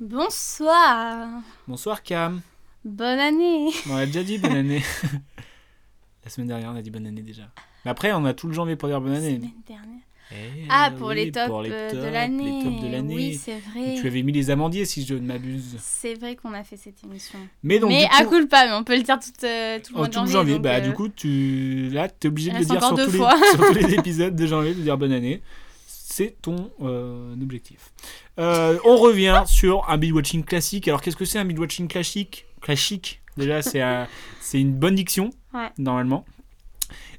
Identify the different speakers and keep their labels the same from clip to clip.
Speaker 1: Bonsoir.
Speaker 2: Bonsoir Cam.
Speaker 1: Bonne année.
Speaker 2: Bon, on a déjà dit bonne année. la semaine dernière, on a dit bonne année déjà. Mais après, on a tout le janvier pour dire bonne année.
Speaker 1: Semaine dernière.
Speaker 2: Eh,
Speaker 1: Ah, pour,
Speaker 2: oui,
Speaker 1: les tops
Speaker 2: pour les
Speaker 1: euh,
Speaker 2: tops,
Speaker 1: de l'année.
Speaker 2: les tops de l'année.
Speaker 1: Oui, c'est vrai.
Speaker 2: Tu avais mis les amandiers si je ne m'abuse.
Speaker 1: C'est vrai qu'on a fait cette émission.
Speaker 2: Mais donc,
Speaker 1: mais
Speaker 2: du
Speaker 1: à
Speaker 2: coup,
Speaker 1: culpa, mais on peut le dire tout, euh, tout le
Speaker 2: en
Speaker 1: mois de
Speaker 2: tout
Speaker 1: janvier.
Speaker 2: janvier,
Speaker 1: donc,
Speaker 2: bah,
Speaker 1: euh,
Speaker 2: du coup, tu là, t'es obligé de
Speaker 1: il
Speaker 2: le
Speaker 1: reste
Speaker 2: dire sur
Speaker 1: encore
Speaker 2: tous,
Speaker 1: deux
Speaker 2: les,
Speaker 1: fois.
Speaker 2: sur tous les épisodes de janvier, de dire bonne année. C'est ton euh, objectif. Euh, on revient sur un binge watching classique. Alors, qu'est-ce que c'est un binge watching classique Classique. Déjà, c'est un- c'est une bonne diction
Speaker 1: Ouais.
Speaker 2: normalement.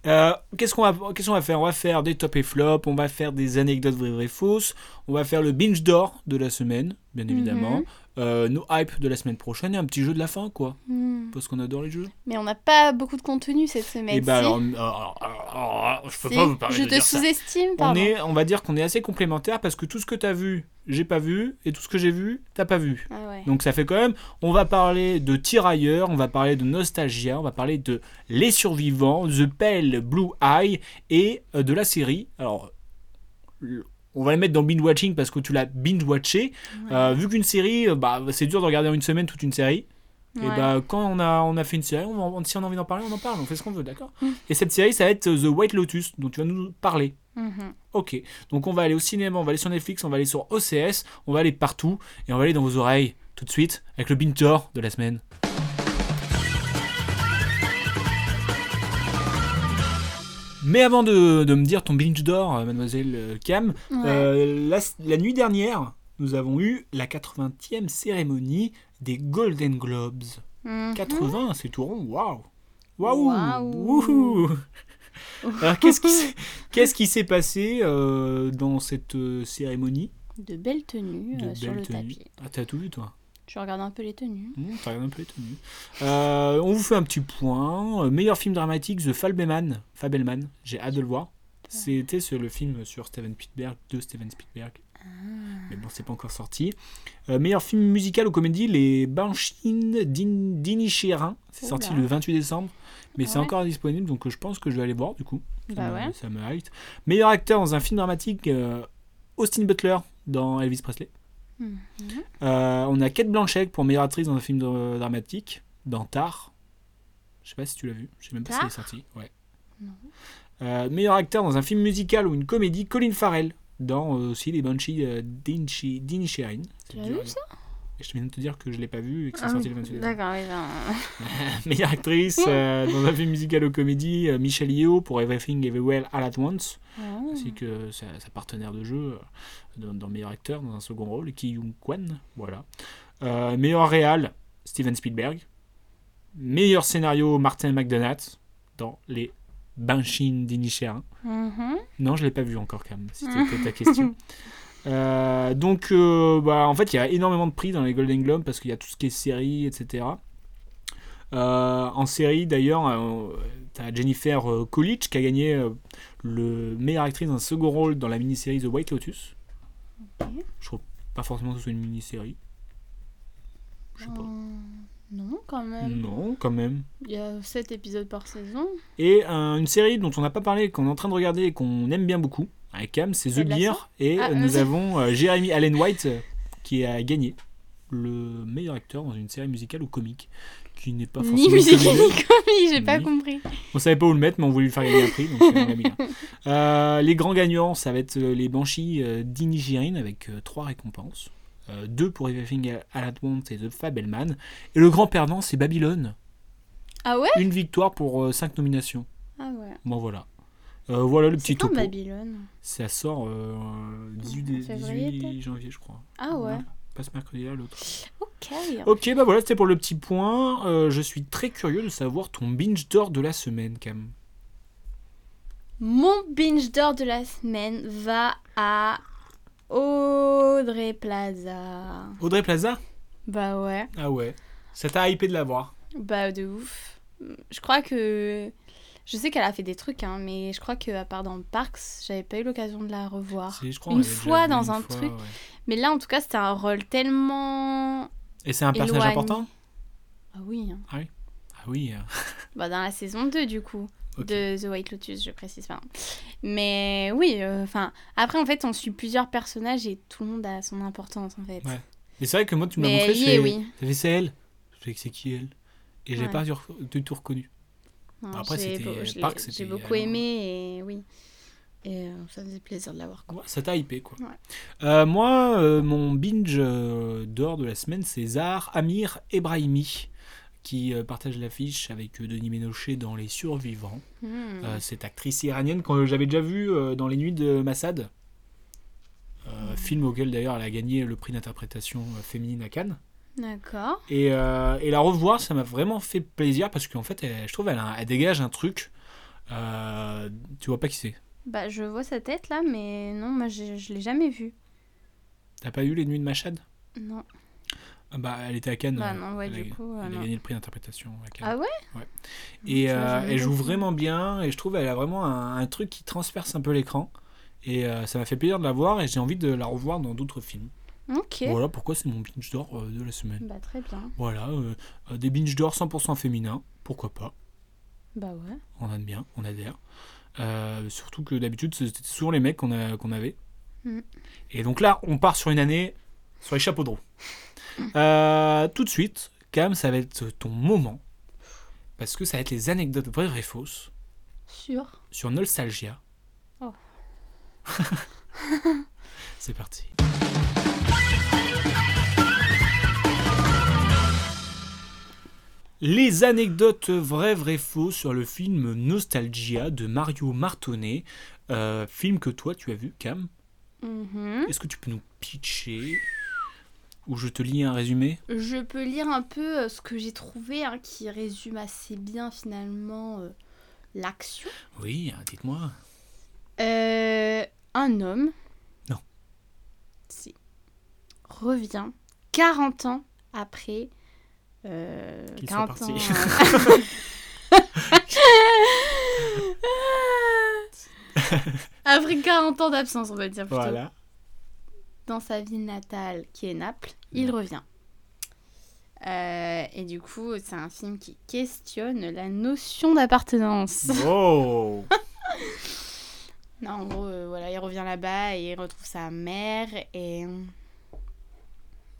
Speaker 2: Euh, qu'est-ce qu'on va, qu'est-ce qu'on va faire On va faire des top et flops, on va faire des anecdotes vraies, vraies, fausses, on va faire le binge d'or de la semaine, bien évidemment,
Speaker 1: Mhm.
Speaker 2: euh, nos hype de la semaine prochaine et un petit jeu de la fin, quoi.
Speaker 1: hmm.
Speaker 2: Parce qu'on adore les jeux.
Speaker 1: Mais on n'a pas beaucoup de contenu cette semaine.
Speaker 2: et bah
Speaker 1: si.
Speaker 2: alors, alors, alors, alors, euh, je peux
Speaker 1: Si.
Speaker 2: pas vous parler
Speaker 1: Je
Speaker 2: de
Speaker 1: te
Speaker 2: dire ça.
Speaker 1: sous-estime,
Speaker 2: On,
Speaker 1: pardon.
Speaker 2: est, on va dire qu'on est assez complémentaires parce que tout ce que t'as vu, j'ai pas vu, et tout ce que j'ai vu, t'as pas vu.
Speaker 1: Ah ouais.
Speaker 2: Donc ça fait quand même, on va parler de Tirailleurs, on va parler de Nostalgia, on va parler de Les Survivants, The Pale, Blue Eye et euh, de la série. Alors, le- on va les mettre dans binge watching parce que tu l'as binge watché. Euh, vu qu'une série, euh, bah, c'est dur de regarder en une semaine toute une série. Et
Speaker 1: Ouais.
Speaker 2: bah quand on a, on a fait une série, on, en- si on a envie d'en parler, on en parle, on fait ce qu'on veut, d'accord Et cette série, ça va être euh, The White Lotus, dont tu vas nous parler.
Speaker 1: Mhm.
Speaker 2: Ok, donc on va aller au cinéma, on va aller sur Netflix, on va aller sur OCS, on va aller partout et on va aller dans vos oreilles tout de suite avec le Bintor de la semaine. Mais avant de, de me dire ton binge d'or, euh, mademoiselle euh, Cam,
Speaker 1: Ouais.
Speaker 2: euh, la, la nuit dernière, nous avons eu la 80e cérémonie des Golden Globes.
Speaker 1: Mhm.
Speaker 2: 80, c'est tout rond, waouh Waouh
Speaker 1: Waouh.
Speaker 2: Wouhou Alors qu'est-ce qui, s'est- qu'est-ce qui s'est passé euh, dans cette euh, cérémonie
Speaker 1: De belles tenues
Speaker 2: de
Speaker 1: euh, sur
Speaker 2: belles
Speaker 1: le
Speaker 2: tenues
Speaker 1: tapis.
Speaker 2: Ah, t'as tout vu toi
Speaker 1: Je regarde un peu les tenues.
Speaker 2: Mmh, T'as regardé un peu les tenues. Euh, on vous fait un petit point. Euh, meilleur film dramatique, The Fabelman. Fabelman, j'ai hâte de le voir. C'était sur le film sur Steven Spielberg, de Steven Spielberg.
Speaker 1: Ah.
Speaker 2: Mais bon, c'est pas encore sorti. Euh, meilleur film musical ou comédie, Les Banshees d'In- d'Inisherin. C'est
Speaker 1: Oula.
Speaker 2: sorti le 28 décembre. Mais c'est
Speaker 1: Ouais.
Speaker 2: encore disponible, donc euh, je pense que je vais aller voir du coup. Ça
Speaker 1: Bah
Speaker 2: me-
Speaker 1: ouais.
Speaker 2: Ça me hype. Meilleur acteur dans un film dramatique, euh, Austin Butler dans Elvis Presley.
Speaker 1: Mhm.
Speaker 2: Euh, on a Kate Blanchett pour meilleure actrice dans un film dra- dramatique, dans Tar. Je sais pas si tu l'as vu, je sais même pas si
Speaker 1: Tar
Speaker 2: elle est sortie. Ouais. Euh, meilleur acteur dans un film musical ou une comédie, Colin Farrell, dans euh, aussi Les Banshees euh, d'Inchi- d'Inisherin. C'est
Speaker 1: Tu l'as
Speaker 2: dur,
Speaker 1: vu,
Speaker 2: hein. Et Je viens de te dire que je l'ai pas vu et que c'est sorti le 28 décembre.
Speaker 1: D'accord, Ah oui, ben,
Speaker 2: Meilleure actrice euh, dans un film musical ou comédie, euh, Michelle Yeoh pour Everything Everywhere All at Once,
Speaker 1: Oh.
Speaker 2: ainsi que sa, sa partenaire de jeu euh, dans, dans Meilleur acteur dans un second rôle, Ki Young Kwan. Voilà. Euh, meilleur réal, Steven Spielberg. Meilleur scénario, Martin McDonagh dans Les Banshin d'Inisherin.
Speaker 1: Mhm.
Speaker 2: Non, je l'ai pas vu encore, Cam, si c'était ta question. Euh, donc, euh, bah, en fait, il y a énormément de prix dans les Golden Globes parce qu'il y a tout ce qui est série, etc. Euh, en série, d'ailleurs, euh, t'as Jennifer euh, Coolidge qui a gagné euh, le meilleur actrice d'un second rôle dans la mini-série The White Lotus.
Speaker 1: Ok.
Speaker 2: Je trouve pas forcément que ce soit une mini-série. Je sais
Speaker 1: Oh,
Speaker 2: pas.
Speaker 1: Hmm. Non, quand même.
Speaker 2: Non, quand même.
Speaker 1: Il y a 7 épisodes par saison.
Speaker 2: Et euh, une série dont on n'a pas parlé, qu'on est en train de regarder et qu'on aime bien beaucoup, avec Cam, c'est The
Speaker 1: de la
Speaker 2: Beer. Et
Speaker 1: Ah,
Speaker 2: euh, nous
Speaker 1: euh,
Speaker 2: avons euh, Jeremy Allen White euh, qui a gagné le meilleur acteur dans une série musicale ou comique. Qui n'est pas forcément.
Speaker 1: Ni musique
Speaker 2: comique.
Speaker 1: ni comédie, j'ai pas
Speaker 2: Ni-
Speaker 1: compris.
Speaker 2: On savait pas où le mettre, mais on voulait lui faire gagner un prix. donc, euh, on l'a mis là. Euh, les grands gagnants, ça va être euh, les Banshees euh, d'Inijirin avec euh, trois récompenses. Euh, deux pour Everything All At Once et The Fabelman. Et le grand perdant, c'est Babylone.
Speaker 1: Ah ouais
Speaker 2: Une victoire pour euh, cinq nominations.
Speaker 1: Ah ouais.
Speaker 2: Bon voilà. Euh, voilà le
Speaker 1: C'est
Speaker 2: petit
Speaker 1: quand
Speaker 2: topo.
Speaker 1: Babylone
Speaker 2: Ça sort euh, 18, dé-
Speaker 1: Février,
Speaker 2: 18
Speaker 1: peut-être
Speaker 2: janvier, je crois.
Speaker 1: Ah ouais.
Speaker 2: Voilà. Pas ce mercredi-là, l'autre.
Speaker 1: Ok.
Speaker 2: Ok, bah voilà, c'était pour le petit point. Euh, je suis très curieux de savoir ton binge d'or de la semaine, Cam.
Speaker 1: Mon binge d'or de la semaine va à Audrey Plaza.
Speaker 2: Audrey Plaza
Speaker 1: Bah ouais.
Speaker 2: Ah ouais. Ça t'a hypé de la voir.
Speaker 1: Bah de ouf. Je crois que. Je sais qu'elle a fait des trucs, hein, mais je crois que à part dans Parks, j'avais pas eu l'occasion de la revoir.
Speaker 2: Si, je crois, on
Speaker 1: Ah. une
Speaker 2: l'avait déjà
Speaker 1: fois
Speaker 2: vu
Speaker 1: dans
Speaker 2: une
Speaker 1: un
Speaker 2: fois,
Speaker 1: truc.
Speaker 2: ouais.
Speaker 1: Mais là, en tout cas, c'était un rôle tellement.
Speaker 2: Et c'est un personnage
Speaker 1: éloigné.
Speaker 2: important
Speaker 1: Ah oui. hein.
Speaker 2: Ah oui. euh,
Speaker 1: Bah, dans la saison 2, du coup.
Speaker 2: ok.
Speaker 1: De The White Lotus, je précise. Pardon. Mais oui, euh, enfin. après, en fait, on suit plusieurs personnages et tout le monde a son importance, en fait.
Speaker 2: Ouais. Mais c'est vrai que moi, tu me l'as
Speaker 1: Mais
Speaker 2: montré,
Speaker 1: elle
Speaker 2: je
Speaker 1: y
Speaker 2: fais,
Speaker 1: est, oui.
Speaker 2: je fais, c'est elle. Je fais que c'est qui elle Et je l'ai
Speaker 1: Ouais.
Speaker 2: pas du, du tout reconnu.
Speaker 1: Non,
Speaker 2: Bah, après,
Speaker 1: j'ai
Speaker 2: c'était-
Speaker 1: beau- je l'ai-
Speaker 2: Parks, c'était
Speaker 1: J'ai
Speaker 2: il y a
Speaker 1: beaucoup
Speaker 2: longtemps.
Speaker 1: aimé et oui. Et euh, ça faisait plaisir de l'avoir.
Speaker 2: Ouais, ça t'a hypé, quoi.
Speaker 1: Ouais.
Speaker 2: Euh, moi, euh, mon binge euh, d'or de la semaine, c'est Zahar Amir Ebrahimi, qui euh, partage l'affiche avec euh, Denis Ménochet dans Les Survivants.
Speaker 1: Hmm.
Speaker 2: Euh, cette actrice iranienne que j'avais déjà vue euh, dans Les Nuits de Massad, euh,
Speaker 1: Mhm.
Speaker 2: film auquel d'ailleurs elle a gagné le prix d'interprétation euh, féminine à Cannes.
Speaker 1: D'accord.
Speaker 2: Et, euh, et la revoir, ça m'a vraiment fait plaisir parce qu'en fait, elle- je trouve elle, a- elle dégage un truc. euh, tu vois pas qui c'est
Speaker 1: Bah, je vois sa tête là, mais non, moi je, je l'ai jamais vue.
Speaker 2: T'as pas eu Les Nuits de Machad
Speaker 1: Non.
Speaker 2: Ah Bah, elle était à Cannes.
Speaker 1: bah,
Speaker 2: euh,
Speaker 1: non, ouais,
Speaker 2: elle hein. a-
Speaker 1: du coup. euh,
Speaker 2: Elle a
Speaker 1: non.
Speaker 2: gagné le prix d'interprétation. à Cannes.
Speaker 1: Ah ouais
Speaker 2: Ouais.
Speaker 1: Non,
Speaker 2: Et
Speaker 1: ça,
Speaker 2: euh,
Speaker 1: j'aime
Speaker 2: elle joue
Speaker 1: beaucoup.
Speaker 2: vraiment bien et je trouve elle a vraiment un, un truc qui transperce un peu l'écran. Et euh, ça m'a fait plaisir de la voir et j'ai envie de la revoir dans d'autres films.
Speaker 1: Ok.
Speaker 2: Voilà pourquoi c'est mon binge d'or euh, de la semaine.
Speaker 1: Bah, très bien.
Speaker 2: Voilà, euh, euh, des binge d'or 100% féminins, pourquoi pas.
Speaker 1: Bah, ouais.
Speaker 2: On aime bien, on adhère. Euh, surtout que d'habitude c'était souvent les mecs qu'on a- qu'on avait.
Speaker 1: Mm.
Speaker 2: Et donc là, on part sur une année sur les chapeaux de roue. Euh, tout de suite, Cam, ça va être ton moment. Parce que ça va être les anecdotes vraies, vraies, fausses.
Speaker 1: Sûr.
Speaker 2: sur Nostalgia.
Speaker 1: Oh.
Speaker 2: C'est parti. Les anecdotes vraies, vraies, faux sur le film Nostalgia de Mario Martonnet, euh, film que toi tu as vu, Cam.
Speaker 1: Mhm.
Speaker 2: Est-ce que tu peux nous pitcher Ou je te lis un résumé
Speaker 1: Je peux lire un peu euh, ce que j'ai trouvé hein, qui résume assez bien finalement euh, l'action.
Speaker 2: Oui, dites-moi.
Speaker 1: Euh, un homme.
Speaker 2: Non.
Speaker 1: Si. Revient 40 ans après. euh,
Speaker 2: Qu'il soit
Speaker 1: 40
Speaker 2: parti.
Speaker 1: ans. après 40 ans d'absence, on va dire plutôt.
Speaker 2: Voilà.
Speaker 1: Dans sa ville natale qui est Naples, il revient. Euh, et du coup, c'est un film qui questionne la notion d'appartenance.
Speaker 2: Oh
Speaker 1: Non, en gros, euh, voilà, il revient là-bas et il retrouve sa mère et.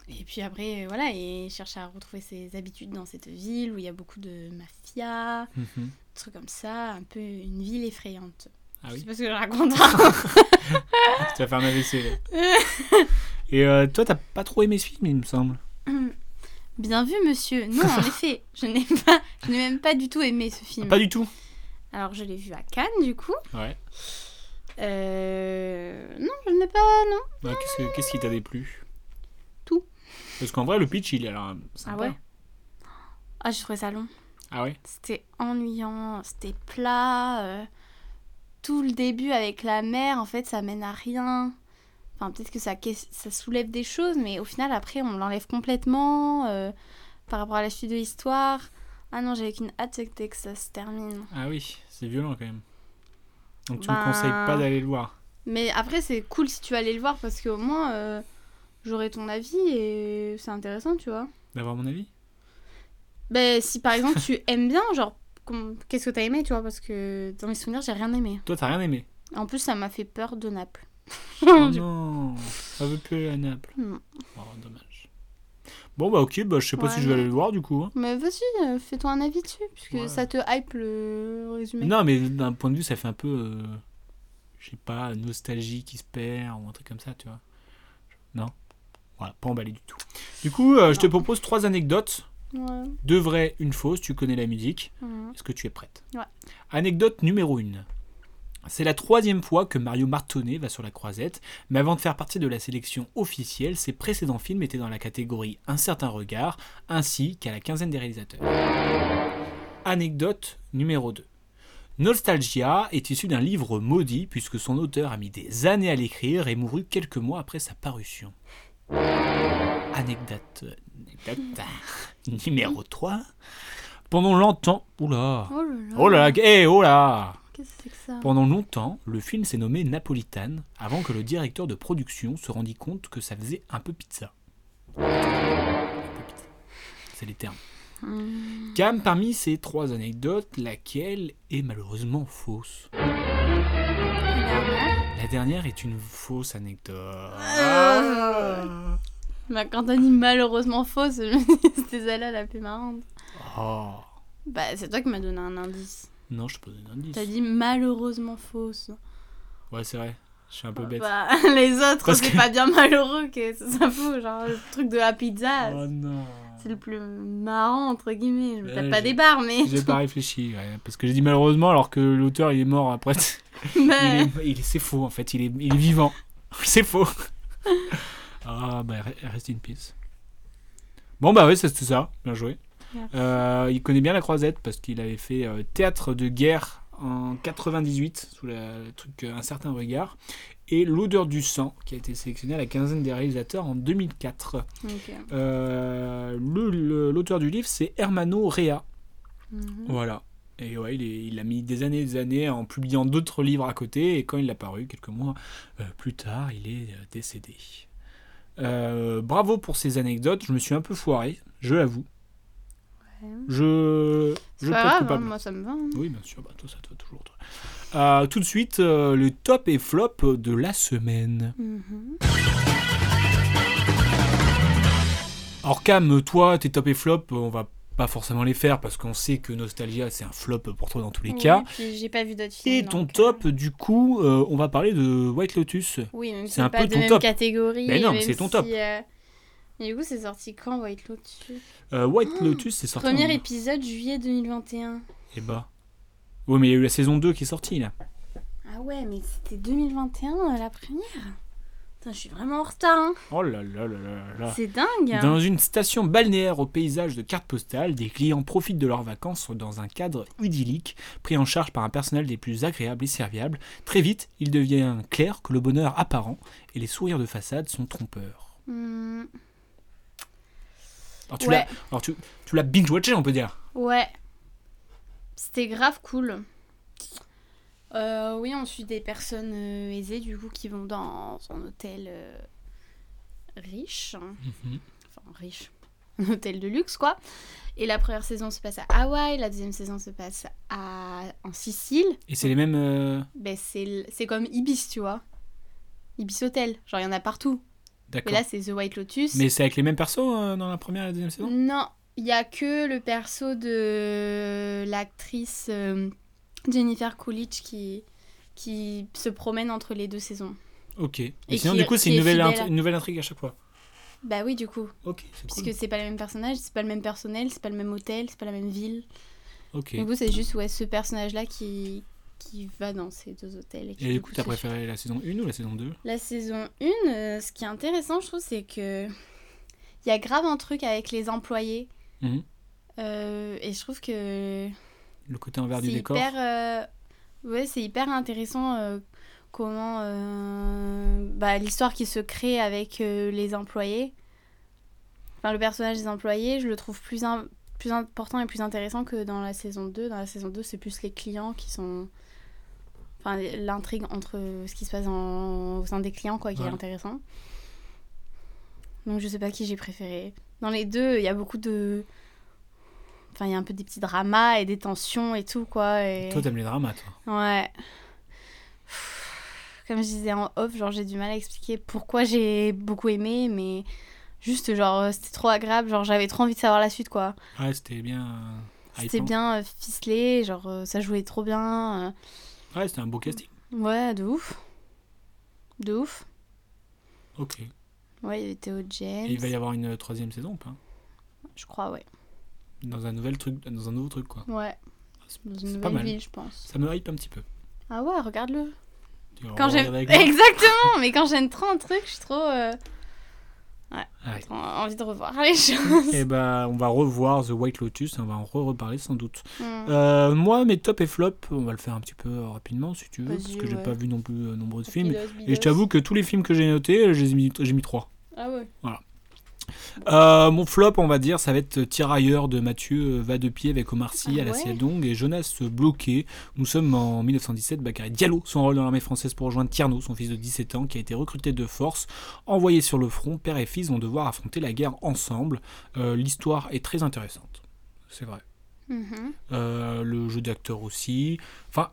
Speaker 1: Et puis après, euh, voilà, il cherche à retrouver ses habitudes dans cette ville où il y a beaucoup de mafia, des
Speaker 2: Mhm.
Speaker 1: trucs comme ça, un peu une ville effrayante.
Speaker 2: Ah
Speaker 1: Je
Speaker 2: oui
Speaker 1: sais pas ce que je raconte.
Speaker 2: Tu vas faire ma vaisselle. Et euh, toi, t'as pas trop aimé ce film, il me semble.
Speaker 1: Bien vu, monsieur. Non, en effet, je n'ai pas, je n'ai même pas du tout aimé ce film.
Speaker 2: Pas du tout.
Speaker 1: Alors, je l'ai vu à Cannes, du coup.
Speaker 2: Ouais.
Speaker 1: Euh... Non, je n'ai pas, non.
Speaker 2: Ouais, Bah, qu'est-ce, que- qu'est-ce qui t'a déplu
Speaker 1: Tout.
Speaker 2: Parce qu'en vrai, le pitch, il est alors sympa.
Speaker 1: Ah ouais Ah, j'ai trouvé ça long.
Speaker 2: Ah ouais
Speaker 1: C'était ennuyant, c'était plat. euh, tout le début avec la mer, en fait, ça mène à rien. Enfin, peut-être que ça, ques- ça soulève des choses, mais au final, après, on l'enlève complètement euh, par rapport à la suite de l'histoire. Ah non, j'avais qu'une hâte, c'était que ça se termine.
Speaker 2: Ah oui, c'est violent quand même. Donc tu me
Speaker 1: Bah.
Speaker 2: conseilles pas d'aller le voir.
Speaker 1: Mais après, c'est cool si tu allais le voir, parce qu'au moins, euh, j'aurais ton avis et c'est intéressant, tu vois.
Speaker 2: D'avoir mon avis
Speaker 1: Ben, si par exemple, tu aimes bien, genre, com- qu'est-ce que t'as aimé, tu vois, parce que dans mes souvenirs, j'ai rien aimé.
Speaker 2: Toi, t'as rien aimé.
Speaker 1: En plus, ça m'a fait peur de Naples.
Speaker 2: Oh
Speaker 1: Du-
Speaker 2: non Ça veut plus aller à Naples.
Speaker 1: Mm. Non.
Speaker 2: Oh, dommage. Bon, bah ok, bah, je sais pas
Speaker 1: Ouais,
Speaker 2: si je vais
Speaker 1: non.
Speaker 2: aller le voir du coup. hein.
Speaker 1: Mais vas-y, euh, fais-toi un avis dessus, puisque
Speaker 2: Ouais.
Speaker 1: ça te hype le résumé.
Speaker 2: Non, mais d'un point de vue, ça fait un peu. euh, je sais pas, nostalgie qui se perd ou un truc comme ça, tu vois. Non Voilà, pas emballé du tout. Du coup, euh, je te propose trois anecdotes.
Speaker 1: Ouais.
Speaker 2: Deux vraies, une fausse. Tu connais la musique.
Speaker 1: Mhm.
Speaker 2: Est-ce que tu es prête
Speaker 1: Ouais.
Speaker 2: Anecdote numéro 1. C'est la troisième fois que Mario Martonnet va sur la croisette, mais avant de faire partie de la sélection officielle, ses précédents films étaient dans la catégorie Un certain regard, ainsi qu'à la quinzaine des réalisateurs. Anecdote numéro 2. Nostalgia est issu d'un livre maudit puisque son auteur a mis des années à l'écrire et mourut quelques mois après sa parution. Anecdote, anecdote numéro 3. Pendant longtemps, oula,
Speaker 1: Oh là là.
Speaker 2: oh là, eh oh là,
Speaker 1: Qu'est-ce que c'est que ça
Speaker 2: pendant longtemps, le film s'est nommé Napolitane avant que le directeur de production se rendit compte que ça faisait un peu pizza. Un peu pizza. C'est les termes.
Speaker 1: Hmm.
Speaker 2: Cam, parmi ces trois anecdotes, laquelle est malheureusement fausse La dernière est une fausse anecdote.
Speaker 1: Ah. Bah, quand on dit malheureusement fausse, je me dis c'était celle-là la plus marrante.
Speaker 2: Oh.
Speaker 1: Bah, c'est toi qui m'as donné un indice.
Speaker 2: Non, je te pose un indice.
Speaker 1: T'as dit malheureusement fausse.
Speaker 2: Ouais, c'est vrai. Je suis un peu bête.
Speaker 1: Bah, les autres,
Speaker 2: Parce
Speaker 1: c'est
Speaker 2: que-
Speaker 1: pas bien malheureux que ça soit faux. Genre, le truc de la pizza,
Speaker 2: Oh non.
Speaker 1: c'est le plus marrant, entre guillemets. Je me
Speaker 2: Ouais,
Speaker 1: tape pas
Speaker 2: j'ai-
Speaker 1: des barres, mais.
Speaker 2: J'ai pas réfléchi, ouais, parce que j'ai dit malheureusement alors que l'auteur il est mort après.
Speaker 1: mais...
Speaker 2: Il est- il est- c'est faux en fait, il est, il est vivant. C'est faux. Ah bah re- rest in peace. Bon bah oui, ça, c'était ça, bien joué.
Speaker 1: Merci.
Speaker 2: Euh, il connaît bien la croisette parce qu'il avait fait euh, théâtre de guerre en 98 sous la- le truc euh, Un certain regard et L'odeur du sang qui a été sélectionné à la quinzaine des réalisateurs en 2004.
Speaker 1: Ok.
Speaker 2: Euh, le- le- l'auteur du livre c'est Hermano Rea.
Speaker 1: Mhm.
Speaker 2: Voilà. Et ouais, il, est- il a mis des années et des années en publiant d'autres livres à côté, et quand il a paru, quelques mois euh, plus tard, il est euh, décédé. Euh, bravo pour ces anecdotes, je me suis un peu foiré, je l'avoue.
Speaker 1: Ouais.
Speaker 2: Je.
Speaker 1: C'est
Speaker 2: Je
Speaker 1: pas
Speaker 2: plaide
Speaker 1: grave, hein,
Speaker 2: coupable.
Speaker 1: moi ça me va. hein.
Speaker 2: Oui, bien sûr, bah, toi, ça te va toujours. toi. Euh, tout de suite, euh, le top et flop de la semaine.
Speaker 1: Mhm.
Speaker 2: Alors Cam, toi, tes top et flop, on va pas forcément les faire parce qu'on sait que Nostalgia, c'est un flop pour toi dans tous les
Speaker 1: Oui,
Speaker 2: cas.
Speaker 1: puis j'ai pas vu d'autres films.
Speaker 2: Et ton
Speaker 1: donc, euh,
Speaker 2: top, du coup, euh, on va parler de White Lotus.
Speaker 1: Oui, même si
Speaker 2: C'est
Speaker 1: c'est
Speaker 2: un
Speaker 1: pas
Speaker 2: peu
Speaker 1: de
Speaker 2: ton
Speaker 1: même
Speaker 2: top.
Speaker 1: catégorie.
Speaker 2: Mais non,
Speaker 1: même
Speaker 2: c'est ton
Speaker 1: si,
Speaker 2: top.
Speaker 1: euh, mais du coup, c'est sorti quand White Lotus
Speaker 2: Euh, White Lotus, c'est sorti.
Speaker 1: Mmh, Premier
Speaker 2: en-
Speaker 1: épisode, juillet 2021.
Speaker 2: Eh bah. Ouais, mais il y a eu la saison 2 qui est sortie là.
Speaker 1: Ah ouais, mais c'était 2021 euh, la première Putain, je suis vraiment en retard. hein.
Speaker 2: Oh là là là là là.
Speaker 1: C'est dingue. hein.
Speaker 2: Dans une station balnéaire au paysage de cartes postales, des clients profitent de leurs vacances dans un cadre idyllique, pris en charge par un personnel des plus agréables et serviables. Très vite, il devient clair que le bonheur apparent et les sourires de façade sont trompeurs.
Speaker 1: Hmm,
Speaker 2: Alors tu
Speaker 1: Ouais.
Speaker 2: l'as, alors tu, tu l'as binge-watché, on peut dire.
Speaker 1: ouais. C'était grave cool. Euh, oui, on suit des personnes euh, aisées du coup qui vont dans un hôtel euh, riche. hein. enfin riche, un hôtel de luxe quoi. Et la première saison se passe à Hawaï, la deuxième saison se passe à... en Sicile.
Speaker 2: Et c'est les mêmes. euh,
Speaker 1: Ben, c'est l- c'est comme Ibis, tu vois. Ibis Hotel, genre il y en a partout. Mais
Speaker 2: D'accord.
Speaker 1: là c'est The White Lotus.
Speaker 2: Mais c'est avec les mêmes persos euh, dans la première et la deuxième saison.
Speaker 1: Non, il y a que le perso de l'actrice euh, Jennifer Coolidge qui... qui se promène entre les deux saisons.
Speaker 2: Ok. Et,
Speaker 1: Et
Speaker 2: sinon,
Speaker 1: qui-
Speaker 2: du coup, c'est
Speaker 1: qui
Speaker 2: une
Speaker 1: est
Speaker 2: nouvelle,
Speaker 1: fidèle.
Speaker 2: int- une nouvelle intrigue à chaque fois.
Speaker 1: Bah oui, du coup,
Speaker 2: Ok, c'est cool.
Speaker 1: puisque c'est pas le même personnage, c'est pas le même personnel, c'est pas le même hôtel, c'est pas la même ville.
Speaker 2: Ok.
Speaker 1: Du coup, c'est juste ouais, ce personnage-là qui, qui va dans ces deux hôtels. qui,
Speaker 2: Et du coup, t'as
Speaker 1: se-
Speaker 2: préféré la saison 1 ou la saison 2
Speaker 1: La saison 1, euh, ce qui est intéressant, je trouve, c'est que il y a grave un truc avec les employés.
Speaker 2: Mhm.
Speaker 1: Euh, et je trouve que
Speaker 2: Le côté envers
Speaker 1: c'est
Speaker 2: du décor
Speaker 1: hyper, euh, ouais, c'est hyper intéressant euh, comment euh, bah, l'histoire qui se crée avec euh, les employés. Enfin, le personnage des employés, je le trouve plus, im- plus important et plus intéressant que dans la saison 2. Dans la saison 2, c'est plus les clients qui sont. Enfin, l'intrigue entre ce qui se passe en- au sein des clients, quoi, qui
Speaker 2: Ouais.
Speaker 1: est intéressant. Donc, je sais pas qui j'ai préféré. Dans les deux, il y a beaucoup de. Enfin, il y a un peu des petits dramas et des tensions et tout, quoi. Et...
Speaker 2: Toi, t'aimes les dramas, toi.
Speaker 1: Ouais. Comme je disais en off, genre j'ai du mal à expliquer pourquoi j'ai beaucoup aimé, mais juste genre euh, c'était trop agréable, genre j'avais trop envie de savoir la suite quoi.
Speaker 2: Ouais, Ah, c'était bien. euh,
Speaker 1: C'était
Speaker 2: hypant.
Speaker 1: bien euh, ficelé, genre euh, ça jouait trop bien.
Speaker 2: Ouais, Ah, c'était un beau casting.
Speaker 1: euh, Ouais, de ouf. De ouf.
Speaker 2: Ok.
Speaker 1: Ouais, il y avait Théo
Speaker 2: Et il va y
Speaker 1: James.
Speaker 2: avoir une euh, troisième saison ou pas
Speaker 1: Je crois, ouais.
Speaker 2: Dans un, nouvel truc, dans un nouveau truc, quoi.
Speaker 1: Ouais,
Speaker 2: Ah, C'est
Speaker 1: dans
Speaker 2: c'est
Speaker 1: une
Speaker 2: pas
Speaker 1: nouvelle
Speaker 2: mal.
Speaker 1: ville, je pense.
Speaker 2: Ça me hype un petit peu.
Speaker 1: Ah ouais, regarde-le.
Speaker 2: Tu vas
Speaker 1: Quand
Speaker 2: regarder
Speaker 1: j'aime.
Speaker 2: avec moi
Speaker 1: Exactement, mais quand j'aime trop un truc, je suis trop. euh, J'ai envie de revoir les choses.
Speaker 2: Et Ah ben, on va revoir The White Lotus, on va en re-reparler sans doute.
Speaker 1: Hmm.
Speaker 2: Euh, moi, mes top et flop, on va le faire un petit peu euh, rapidement si tu veux,
Speaker 1: Vas-y,
Speaker 2: parce que j'ai
Speaker 1: ouais.
Speaker 2: pas vu non plus euh, nombreux de films.
Speaker 1: Bidos,
Speaker 2: Et je
Speaker 1: bidos.
Speaker 2: t'avoue que tous les films que j'ai notés, euh, j'ai mis, j'ai mis trois.
Speaker 1: Ah ouais.
Speaker 2: Euh, mon flop, on va dire, ça va être Tirailleurs de Mathieu euh, Va de Pied avec Omar Sy
Speaker 1: Ah
Speaker 2: à la
Speaker 1: ouais.
Speaker 2: Ciadong et Jonas Bloquet. Nous sommes en 1917. Bakary Diallo son rôle dans l'armée française pour rejoindre Tierno, son fils de 17 ans, qui a été recruté de force. Envoyé sur le front, père et fils vont devoir affronter la guerre ensemble. Euh, L'histoire est très intéressante. C'est vrai.
Speaker 1: Mhm.
Speaker 2: Euh, le jeu d'acteur aussi. Enfin,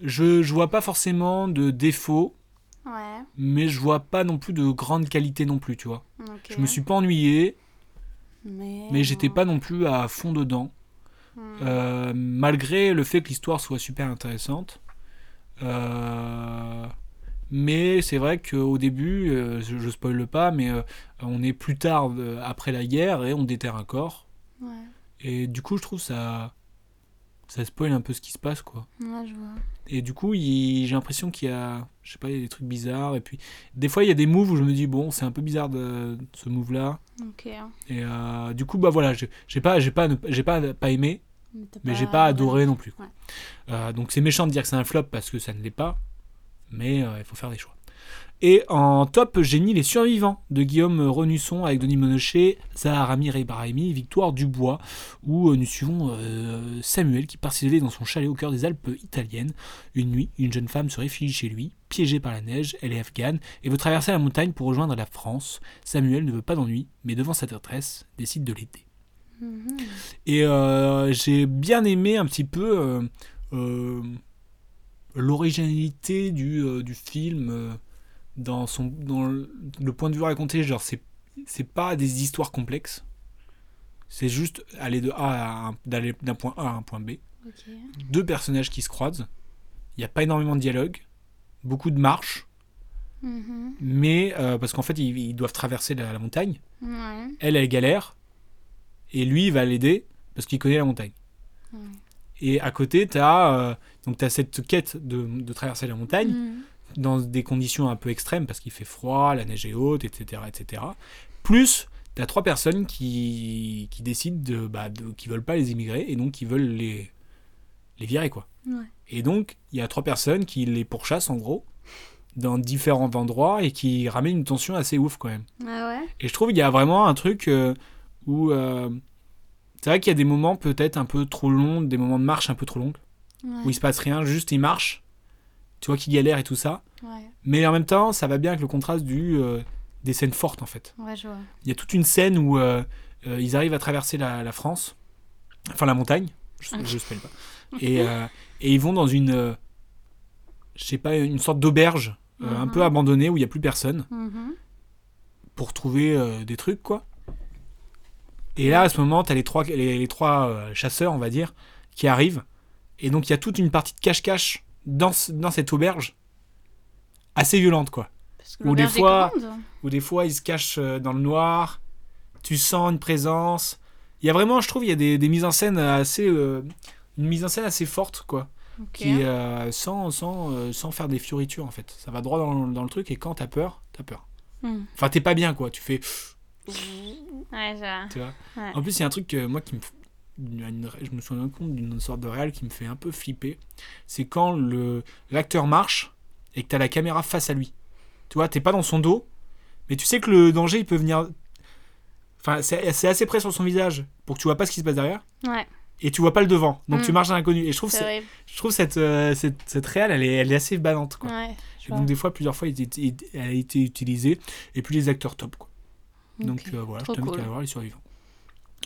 Speaker 2: je, je vois pas forcément de défaut,
Speaker 1: Ouais.
Speaker 2: mais je vois pas non plus de grande qualité non plus, tu vois.
Speaker 1: ok.
Speaker 2: Je me suis pas ennuyé,
Speaker 1: Mais,
Speaker 2: mais j'étais pas non plus à fond dedans. Euh, malgré le fait que l'histoire soit super intéressante. Euh, mais c'est vrai qu'au début, euh, je, je spoile pas, mais euh, on est plus tard euh, après la guerre et on déterre un corps.
Speaker 1: Ouais.
Speaker 2: Et du coup, je trouve ça. Ça spoil un peu ce qui se passe, quoi.
Speaker 1: Ouais, je vois.
Speaker 2: Et du coup, il- j'ai l'impression qu'il y a, je sais pas, il y a des trucs bizarres. Et puis, des fois, il y a des moves où je me dis, bon, c'est un peu bizarre de, ce move-là.
Speaker 1: Ok.
Speaker 2: Et euh, du coup, bah voilà, j'ai j'ai pas, j'ai pas, j'ai pas, pas aimé,
Speaker 1: Mais, t'as
Speaker 2: mais j'ai pas adoré non plus.
Speaker 1: Ouais.
Speaker 2: Euh, donc, c'est méchant de dire que c'est un flop parce que ça ne l'est pas. Mais euh, il faut faire des choix. Et en top, j'ai mis Les Survivants de Guillaume Renusson avec Denis Monochet, Zahar Amir et Brahimi, Victoire Dubois, où euh, nous suivons euh, Samuel qui part s'isoler dans son chalet au cœur des Alpes italiennes. Une nuit, une jeune femme se réfugie chez lui, piégée par la neige, elle est afghane, et veut traverser la montagne pour rejoindre la France. Samuel ne veut pas d'ennui, mais devant cette adresse, décide de l'aider.
Speaker 1: Mhm.
Speaker 2: Et euh, j'ai bien aimé un petit peu euh, euh, l'originalité du, euh, du film euh, dans, son, dans le, le point de vue raconté. Genre, c'est, c'est pas des histoires complexes. C'est juste aller, de A à un- d'aller d'un point A à un point B.
Speaker 1: Ok.
Speaker 2: Deux personnages qui se croisent. Il n'y a pas énormément de dialogue. Beaucoup de marches.
Speaker 1: Mhm.
Speaker 2: Mais euh, parce qu'en fait, ils, ils doivent traverser la- la montagne
Speaker 1: Ouais.
Speaker 2: elle, elle galère, et lui, il va l'aider parce qu'il connaît la montagne.
Speaker 1: Ouais.
Speaker 2: Et à côté, tu as, cette quête de, de traverser la montagne
Speaker 1: Mhm.
Speaker 2: dans des conditions un peu extrêmes parce qu'il fait froid, la neige est haute, etc. etc. Plus, tu as trois personnes qui, qui décident de, bah, de- qui veulent pas les immigrer et donc qui veulent les, les virer. quoi.
Speaker 1: Ouais.
Speaker 2: Et donc, il y a trois personnes qui les pourchassent en gros dans différents endroits et qui ramènent une tension assez ouf quand même.
Speaker 1: Ah ouais.
Speaker 2: Et je trouve qu'il y a vraiment un truc euh, où. euh, c'est vrai qu'il y a des moments peut-être un peu trop longs, des moments de marche un peu trop longs,
Speaker 1: Ouais.
Speaker 2: où il se passe rien, juste il marche. Tu vois qu'il galère et tout ça.
Speaker 1: Ouais.
Speaker 2: Mais en même temps, ça va bien avec le contraste du, euh, des scènes fortes en fait.
Speaker 1: Ouais, je vois.
Speaker 2: Il y a toute une scène où euh, euh, ils arrivent à traverser la, la France, enfin la montagne, je ne sais pas. Et, euh, et ils vont dans une. euh, je sais pas, une sorte d'auberge euh, un peu abandonnée où il n'y a plus personne
Speaker 1: Mhm.
Speaker 2: pour trouver euh, des trucs, quoi. Et là, à ce moment, t'as les trois, les, les trois euh, chasseurs, on va dire, qui arrivent. Et donc, il y a toute une partie de cache-cache dans, ce- dans cette auberge, assez violente, quoi.
Speaker 1: Parce que
Speaker 2: Ou des
Speaker 1: l'auberge est
Speaker 2: fois-
Speaker 1: grande.
Speaker 2: Où des fois, ils se cachent euh, dans le noir, tu sens une présence. Il y a vraiment, je trouve, il y a des, des mises en scène assez... euh, une mise en scène assez forte, quoi.
Speaker 1: Ok.
Speaker 2: Qui, euh, sans, sans, euh, sans faire des fioritures, en fait. Ça va droit dans, dans le truc, et quand t'as peur, t'as peur.
Speaker 1: Hmm.
Speaker 2: Enfin, t'es pas bien, quoi. Tu fais...
Speaker 1: Ouais, je vois.
Speaker 2: Tu vois
Speaker 1: Ouais.
Speaker 2: En plus, il y a un truc que moi qui me. f- une- une- je me souviens compte d'une sorte de réal qui me fait un peu flipper. C'est quand le l'acteur marche et que t'as la caméra face à lui. Tu vois, t'es pas dans son dos, mais tu sais que le danger il peut venir. Enfin, c'est c'est assez près sur son visage pour que tu vois pas ce qui se passe derrière
Speaker 1: Ouais,
Speaker 2: et tu vois pas le devant. Donc
Speaker 1: Mm.
Speaker 2: tu marches à l'inconnu. Et je trouve,
Speaker 1: c'est
Speaker 2: c'est-
Speaker 1: horrible.
Speaker 2: je trouve cette, euh, cette, cette réal, elle est, elle est assez ballante. Quoi.
Speaker 1: Ouais,
Speaker 2: Et
Speaker 1: je vois.
Speaker 2: donc des fois, plusieurs fois, il était- il- elle a été utilisée et puis les acteurs top. Quoi. Donc
Speaker 1: Ok.
Speaker 2: euh, voilà,
Speaker 1: Trop
Speaker 2: je t'invite
Speaker 1: cool.
Speaker 2: à aller voir les survivants.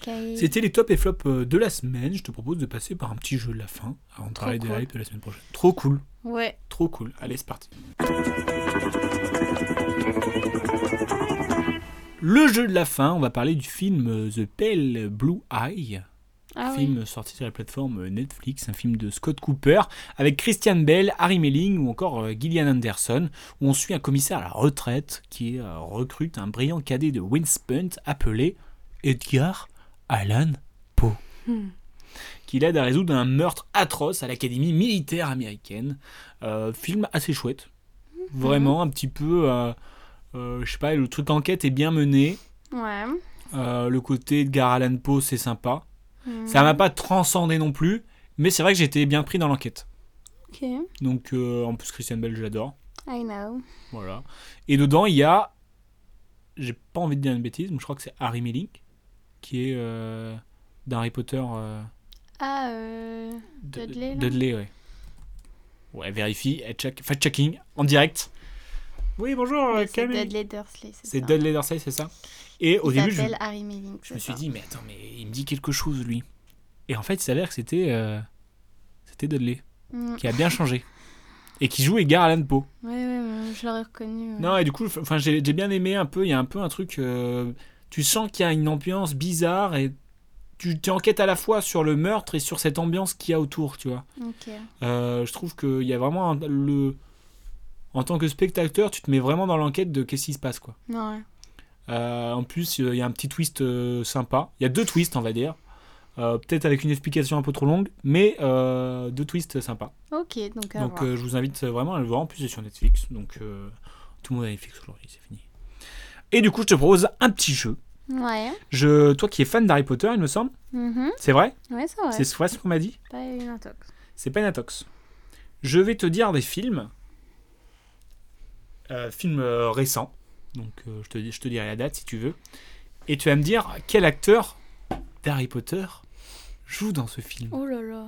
Speaker 1: Ok.
Speaker 2: C'était les tops et flops euh, de la semaine. Je te propose de passer par un petit jeu de la fin avant de parler des
Speaker 1: cool.
Speaker 2: hypes de la semaine prochaine. Trop cool,
Speaker 1: Ouais.
Speaker 2: trop cool. Allez, c'est parti. Le jeu de la fin, on va parler du film euh, The Pale Blue Eye,
Speaker 1: Ah
Speaker 2: film sorti sur la plateforme euh, Netflix, un film de Scott Cooper avec Christian Bell, Harry Melling ou encore euh, Gillian Anderson, où on suit un commissaire à la retraite qui euh, recrute un brillant cadet de Winspunt appelé Edgar Allan Poe,
Speaker 1: Hmm.
Speaker 2: qui l'aide à résoudre un meurtre atroce à l'académie
Speaker 1: Hmm.
Speaker 2: militaire américaine. Euh, film assez chouette, vraiment un petit peu. euh, Euh, je sais pas, le truc enquête est bien mené.
Speaker 1: Ouais.
Speaker 2: Euh, le côté de Edgar Allan Poe, c'est sympa.
Speaker 1: Mhm.
Speaker 2: Ça m'a pas transcendé non plus, mais c'est vrai que j'étais bien pris dans l'enquête.
Speaker 1: Ok.
Speaker 2: Donc, euh, en plus, Christian Bell, je l'adore.
Speaker 1: I know.
Speaker 2: Voilà. Et dedans, il y a. J'ai pas envie de dire une bêtise, mais je crois que c'est Harry Melling, qui est euh, d'Harry Potter. euh,
Speaker 1: Ah, euh.
Speaker 2: de-
Speaker 1: Dudley, là
Speaker 2: Dudley, ouais. Ouais, vérifie, et check- fact-checking, en direct. Oui, bonjour, euh,
Speaker 1: mais C'est
Speaker 2: Oh, Camille.
Speaker 1: Dudley Dursley, c'est ça.
Speaker 2: C'est Dudley Dorsey, c'est ça Et au
Speaker 1: Il
Speaker 2: début, je,
Speaker 1: s'appelle Harry Melling.
Speaker 2: je me suis dit, mais attends, mais il me dit quelque chose, lui. Et en fait, il s'avère que c'était. euh, c'était Dudley, qui a bien changé. Et qui joue Edgar Allan Poe.
Speaker 1: Mm. Ouais, ouais, ouais, je l'aurais reconnu. ouais.
Speaker 2: Non, et du coup, f- enfin, j'ai j'ai bien aimé un peu. Il y a un peu un truc. euh, tu sens qu'il y a une ambiance bizarre et tu tu enquêtes à la fois sur le meurtre et sur cette ambiance qu'il y a autour, tu vois.
Speaker 1: Ok.
Speaker 2: Euh, je trouve qu'il y a vraiment un- le. En tant que spectateur, tu te mets vraiment dans l'enquête de qu'est-ce qui se passe, quoi.
Speaker 1: Non, ouais.
Speaker 2: Euh, en plus, euh, il y a un petit twist euh, sympa. Il y a deux twists, on va dire. Euh, Peut-être avec une explication un peu trop longue, mais euh, deux twists sympas.
Speaker 1: Ok, donc à
Speaker 2: Donc
Speaker 1: voir.
Speaker 2: euh, je vous invite vraiment à le voir. En plus, c'est sur Netflix. Donc euh, tout le monde a Netflix aujourd'hui, c'est fini. Et du coup, je te propose un petit jeu.
Speaker 1: Ouais.
Speaker 2: Je, toi qui es fan d'Harry Potter, il me semble,
Speaker 1: Mhm.
Speaker 2: c'est vrai
Speaker 1: Ouais, ça, ouais.
Speaker 2: C'est vrai ce qu'on m'a dit
Speaker 1: Pas une intox.
Speaker 2: C'est Penatox. Je vais te dire des films. euh, films euh, récents. Donc euh, je, te, dis- je te dirai la date si tu veux. Et tu vas me dire quel acteur d'Harry Potter joue dans ce film.
Speaker 1: Oh là là.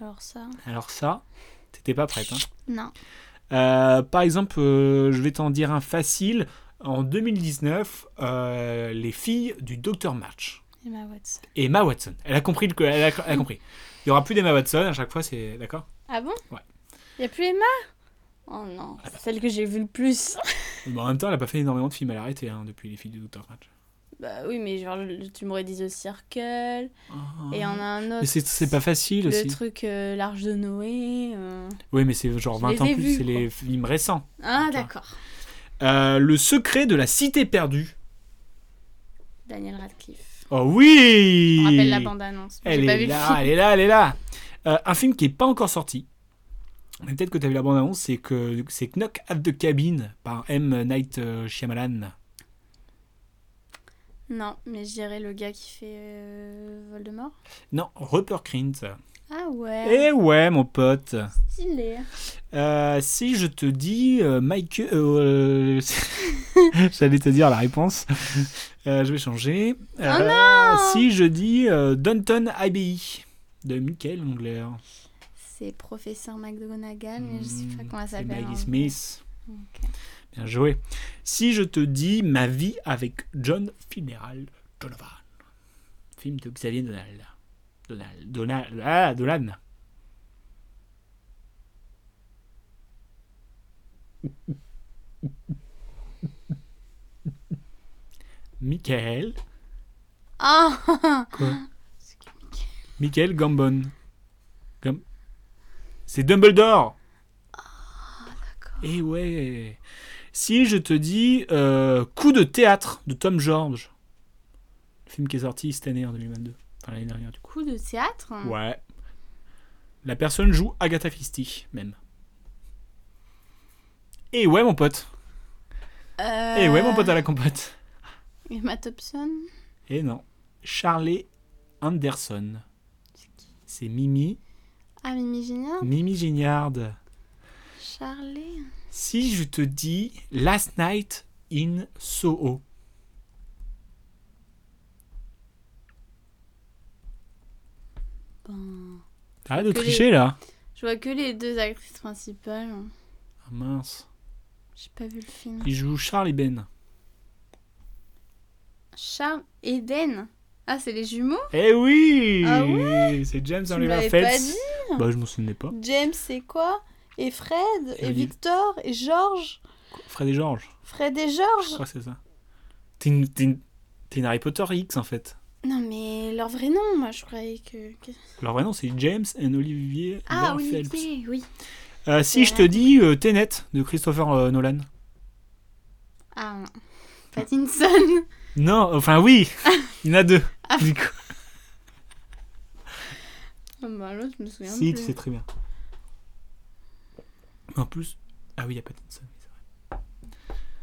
Speaker 1: Alors ça.
Speaker 2: Alors ça, t'étais pas prête. Hein
Speaker 1: Non.
Speaker 2: Euh, par exemple, euh, je vais t'en dire un facile. En 2019, euh, les filles du Dr. March.
Speaker 1: Emma Watson.
Speaker 2: Emma Watson. Elle a compris. Le, elle, a, elle a compris. Il n'y aura plus d'Emma Watson à chaque fois, c'est d'accord
Speaker 1: Ah bon
Speaker 2: Ouais.
Speaker 1: Y a plus Emma Oh non, c'est celle que j'ai vue le plus.
Speaker 2: Bon, En même temps, elle n'a pas fait énormément de films. Elle a arrêté hein, depuis les filles du Dr. March.
Speaker 1: bah oui, mais genre, le- tu m'aurais dit The Circle. Et on a un autre.
Speaker 2: Mais c'est- c'est pas facile
Speaker 1: Le
Speaker 2: aussi.
Speaker 1: truc euh, L'Arche de Noé. euh.
Speaker 2: Oui, mais c'est genre
Speaker 1: Je
Speaker 2: 20
Speaker 1: les
Speaker 2: ans
Speaker 1: ai
Speaker 2: plus,
Speaker 1: vus,
Speaker 2: c'est les films récents.
Speaker 1: Ah
Speaker 2: D'accord.
Speaker 1: d'accord.
Speaker 2: Euh, le secret de la cité perdue.
Speaker 1: Daniel Radcliffe.
Speaker 2: Oh oui
Speaker 1: On rappelle la bande-annonce. mais
Speaker 2: Elle
Speaker 1: J'ai pas
Speaker 2: est,
Speaker 1: vu le
Speaker 2: là,
Speaker 1: film.
Speaker 2: elle est là, elle est là. Euh, un film qui n'est pas encore sorti, mais peut-être que tu as vu la bande-annonce, c'est que c'est Knock at the Cabin par M. Night euh, Shyamalan.
Speaker 1: Non, mais je dirais le gars qui fait euh, Voldemort.
Speaker 2: Non, Rupert Crint.
Speaker 1: Ah ouais.
Speaker 2: Eh ouais, mon pote.
Speaker 1: Stylé.
Speaker 2: Euh, si je te dis euh, Mike... euh, euh, J'allais te dire la réponse. Euh, je vais changer.
Speaker 1: Oh
Speaker 2: Euh, si je dis euh, Downton Abbey de Michael Mongler.
Speaker 1: C'est professeur McGonagall, mais je sais pas comment ça
Speaker 2: Hmm, C'est
Speaker 1: s'appelle. hein.
Speaker 2: Maggie
Speaker 1: en
Speaker 2: Smith.
Speaker 1: Ok.
Speaker 2: Bien joué. Si je te dis ma vie avec John Fineral Donovan. Film de Xavier Donald. Donald. Donald. Ah, Dolan. Michael.
Speaker 1: Ah
Speaker 2: Quoi Michael Gambon. Gam- C'est Dumbledore Et Eh ouais Si je te dis euh, Coup de théâtre de Tom George, le film qui est sorti cette année en 2022, enfin l'année dernière du coup.
Speaker 1: Coup de théâtre
Speaker 2: Ouais. La personne joue Agatha Christie, même. Et ouais, mon pote
Speaker 1: Euh,
Speaker 2: Et ouais, mon pote à la compote
Speaker 1: Emma Thompson
Speaker 2: Et non. Charlie Anderson. C'est Mimi.
Speaker 1: Ah, Mimi Gignard
Speaker 2: Mimi Gignard.
Speaker 1: Charlie
Speaker 2: Si je te dis Last Night in Soho.
Speaker 1: Ben,
Speaker 2: Arrête de
Speaker 1: Que les-
Speaker 2: tricher là.
Speaker 1: Je vois que les deux actrices principales.
Speaker 2: Ah, mince.
Speaker 1: J'ai pas vu le film.
Speaker 2: Il joue Charlie Ben.
Speaker 1: Charles Eden Ah, c'est les jumeaux
Speaker 2: Eh oui
Speaker 1: Ah
Speaker 2: C'est James
Speaker 1: Tu me
Speaker 2: Oliver
Speaker 1: l'avais pas
Speaker 2: Phelps. Bah je m'en souvenais pas.
Speaker 1: James, c'est quoi Et Fred
Speaker 2: Et Olive.
Speaker 1: Victor Et George
Speaker 2: Fred et George,
Speaker 1: Fred et
Speaker 2: je
Speaker 1: George
Speaker 2: crois que c'est ça. T'es une, t'es une- t'es une Harry Potter X en fait.
Speaker 1: Non, mais leur vrai nom, moi, je croyais que. que-
Speaker 2: Alors vraiment c'est James and Olivier
Speaker 1: Ah,
Speaker 2: Oliver
Speaker 1: oui,
Speaker 2: Phelps.
Speaker 1: ok, oui.
Speaker 2: Euh, si je te dis euh, Tenet de Christopher euh, Nolan.
Speaker 1: Ah, non. Pattinson
Speaker 2: Non, enfin oui Il y en a deux.
Speaker 1: Ah.
Speaker 2: Du coup,
Speaker 1: Ah, bah, l'autre, je me souviens
Speaker 2: si, tu
Speaker 1: plus.
Speaker 2: sais très bien. En plus. Ah oui, il y a Pattinson, oui, c'est vrai.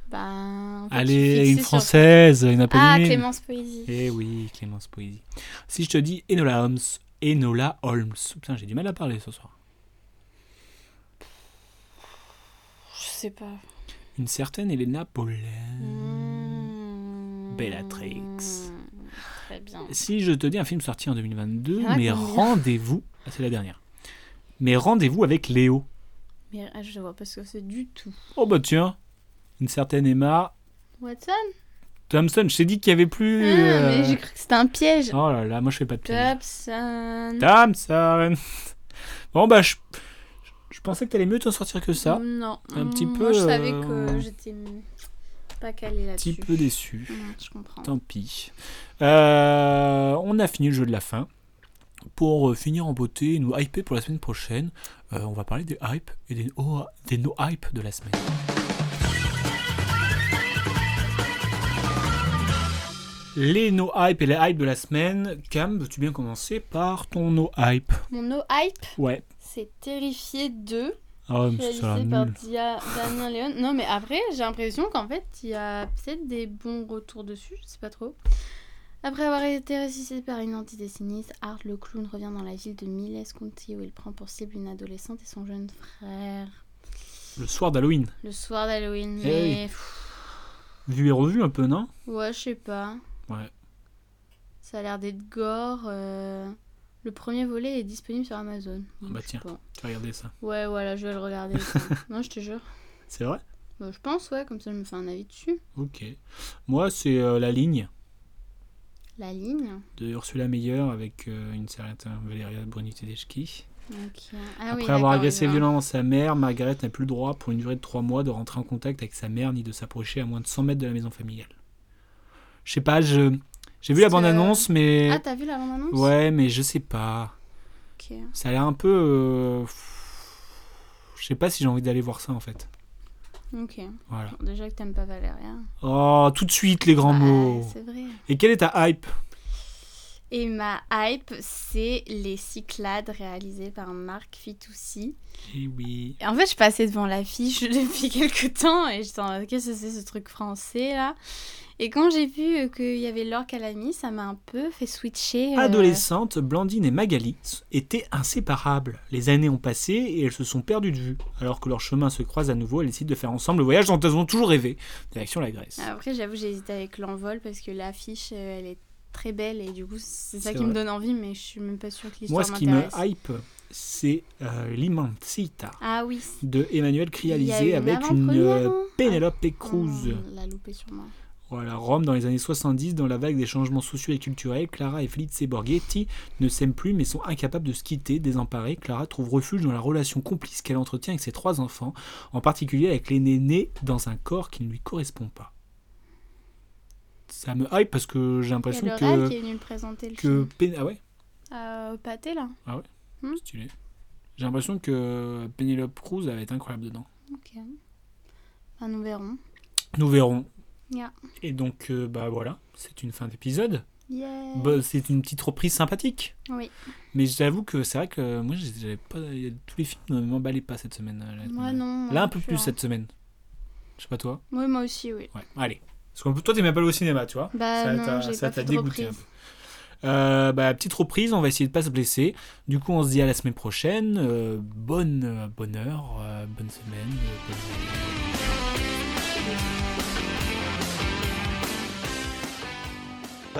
Speaker 1: Ben, en fait, je
Speaker 2: Allez,
Speaker 1: suis
Speaker 2: une
Speaker 1: fixée sur-
Speaker 2: française, une
Speaker 1: Ah,
Speaker 2: Apolline.
Speaker 1: Clémence Poésie.
Speaker 2: Eh oui, Clémence Poésie. Si je te dis Enola Holmes, Enola Holmes. Putain, j'ai du mal à parler ce soir.
Speaker 1: Je sais pas.
Speaker 2: Une certaine Elena Paulin.
Speaker 1: Hmm. Mmh.
Speaker 2: Bellatrix.
Speaker 1: Très bien.
Speaker 2: Si je te dis un film sorti en 2022,
Speaker 1: Il y en a
Speaker 2: mais
Speaker 1: combien
Speaker 2: rendez-vous. Ah, c'est la dernière. Mais rendez-vous avec Léo.
Speaker 1: Mais ah, je vois pas ce que c'est du tout.
Speaker 2: Oh bah tiens, une certaine Emma
Speaker 1: Watson
Speaker 2: Thompson. Je t'ai dit qu'il y avait plus.
Speaker 1: Ah,
Speaker 2: euh,
Speaker 1: mais j'ai cru que c'était un piège.
Speaker 2: Oh là là, moi je fais pas de piège.
Speaker 1: Thompson.
Speaker 2: Thompson. Bon bah je, je pensais que t'allais mieux t'en sortir que ça.
Speaker 1: Non.
Speaker 2: un petit
Speaker 1: Moi,
Speaker 2: peu,
Speaker 1: je savais
Speaker 2: euh,
Speaker 1: que j'étais pas calée
Speaker 2: Un petit
Speaker 1: là-dessus.
Speaker 2: peu déçu.
Speaker 1: Mmh, je comprends.
Speaker 2: Tant pis. Euh, on a fini le jeu de la fin. Pour euh, finir en beauté et nous hyper pour la semaine prochaine, euh, on va parler des hype et des, oh, des no hype de la semaine. Les no hype et les hype de la semaine. Cam, veux-tu bien commencer par ton no hype
Speaker 1: Mon no hype,
Speaker 2: Ouais.
Speaker 1: c'est terrifié 2.
Speaker 2: Ah ouais, mais ça a l'air
Speaker 1: réalisé par
Speaker 2: nul.
Speaker 1: Dia- Damien Léon. Non, mais après, j'ai l'impression qu'en fait, il y a peut-être des bons retours dessus, je sais pas trop. Après avoir été ressuscité par une entité sinistre, Art le clown revient dans la ville de Miles County où il prend pour cible une adolescente et son jeune frère.
Speaker 2: Le soir d'Halloween.
Speaker 1: Le soir d'Halloween,
Speaker 2: Eh
Speaker 1: mais.
Speaker 2: oui.
Speaker 1: pff,
Speaker 2: Vu et revu un peu, non
Speaker 1: Ouais, je sais pas.
Speaker 2: Ouais.
Speaker 1: Ça a l'air d'être gore. euh, Le premier volet est disponible sur Amazon. Donc,
Speaker 2: bah
Speaker 1: je sais
Speaker 2: tiens.
Speaker 1: pas.
Speaker 2: Tu vas regarder ça.
Speaker 1: Ouais, voilà, je vais le regarder. tiens. non, je te jure.
Speaker 2: C'est vrai
Speaker 1: Bah, je pense, ouais, comme ça je me fais un avis dessus.
Speaker 2: Ok. Moi, c'est euh, la ligne.
Speaker 1: La ligne.
Speaker 2: de Ursula Meyer avec euh, une certaine Valéria Bruni Tedeschi.
Speaker 1: Ok. Ah oui,
Speaker 2: Après
Speaker 1: d'accord,
Speaker 2: avoir
Speaker 1: je
Speaker 2: agressé
Speaker 1: vois.
Speaker 2: violemment sa mère, Margaret n'a plus le droit pour une durée de trois mois de rentrer en contact avec sa mère ni de s'approcher à moins de 100 mètres de la maison familiale. Je sais pas, je j'ai vu la
Speaker 1: C'est,
Speaker 2: bande annonce, mais
Speaker 1: Ah, t'as vu la bande-annonce
Speaker 2: ouais, mais je sais pas.
Speaker 1: Ok.
Speaker 2: Ça a l'air un peu. euh, Je sais pas si j'ai envie d'aller voir ça en fait.
Speaker 1: Ok.
Speaker 2: Voilà.
Speaker 1: Bon, déjà que t'aimes pas Valéria.
Speaker 2: Oh, tout de suite les grands
Speaker 1: Ah,
Speaker 2: mots.
Speaker 1: c'est vrai.
Speaker 2: Et quelle est ta hype
Speaker 1: Et ma hype, c'est les Cyclades réalisées par Marc Fitoussi.
Speaker 2: Eh oui.
Speaker 1: Et En fait, je passais devant l'affiche depuis quelques temps et j'étais en mode, qu'est-ce que c'est ce truc français là Et quand j'ai vu euh, qu'il y avait Laure Calami, ça m'a un peu fait switcher. euh,
Speaker 2: Adolescentes, Blandine et Magali s- étaient inséparables. Les années ont passé et elles se sont perdues de vue. Alors que leurs chemins se croisent à nouveau, elles décident de faire ensemble le voyage dont elles ont toujours rêvé. Direction la Grèce.
Speaker 1: Après, j'avoue, j'ai hésité avec l'envol parce que l'affiche, euh, elle est très belle et du coup, c'est ça
Speaker 2: C'est
Speaker 1: qui me
Speaker 2: vrai.
Speaker 1: donne envie, mais je suis même pas sûre que
Speaker 2: Moi,
Speaker 1: l'histoire
Speaker 2: ce qui me
Speaker 1: m'intéresse.
Speaker 2: hype, c'est euh, l'Immensita
Speaker 1: Ah oui. c'est-
Speaker 2: de Emmanuel
Speaker 1: Il y
Speaker 2: Crialisé
Speaker 1: a une
Speaker 2: avec une
Speaker 1: avant-première,
Speaker 2: euh,
Speaker 1: hein
Speaker 2: Pénélope et
Speaker 1: Oh,
Speaker 2: Cruz.
Speaker 1: on l'a loupé sur moi.
Speaker 2: Voilà, Rome dans les années 70, dans la vague des changements sociaux et culturels, Clara et Felice Borghetti ne s'aiment plus mais sont incapables de se quitter. Désemparée, Clara trouve refuge dans la relation complice qu'elle entretient avec ses trois enfants, en particulier avec l'aîné né dans un corps qui ne lui correspond pas. Ça me hype parce que j'ai
Speaker 1: Il y a le
Speaker 2: l'impression
Speaker 1: Real
Speaker 2: que.
Speaker 1: qui est venu me présenter le
Speaker 2: que
Speaker 1: film.
Speaker 2: Pén- ah ouais,
Speaker 1: Euh, au pâté, là.
Speaker 2: stylé. J'ai l'impression que Penelope Cruz elle va être incroyable dedans.
Speaker 1: Ok. Enfin, nous verrons.
Speaker 2: Nous verrons.
Speaker 1: Yeah.
Speaker 2: Et donc, euh, bah voilà, c'est une fin d'épisode.
Speaker 1: Yeah.
Speaker 2: Bah, c'est une petite reprise sympathique.
Speaker 1: Oui.
Speaker 2: Mais j'avoue que c'est vrai que moi, j'ai- j'avais pas, tous les films ne m'emballaient pas cette semaine. euh, la
Speaker 1: Moi,
Speaker 2: semaine dernière.
Speaker 1: non.
Speaker 2: Là, un
Speaker 1: non
Speaker 2: peu
Speaker 1: plus,
Speaker 2: plus
Speaker 1: hein.
Speaker 2: cette semaine. Je sais pas toi.
Speaker 1: Oui, moi aussi, oui.
Speaker 2: Ouais, allez. Parce que toi, t'es même pas allé au cinéma, tu vois.
Speaker 1: Bah
Speaker 2: ça
Speaker 1: non,
Speaker 2: t'a-
Speaker 1: j'ai
Speaker 2: ça
Speaker 1: pas
Speaker 2: t'a hein.
Speaker 1: fait de
Speaker 2: dégoûté un
Speaker 1: reprise.
Speaker 2: peu. Euh, bah, petite reprise, on va essayer de pas se blesser. Du coup, on se dit à la semaine prochaine. Euh, bonne, euh, bonne heure, euh, bonne semaine. euh, bonne-
Speaker 3: Je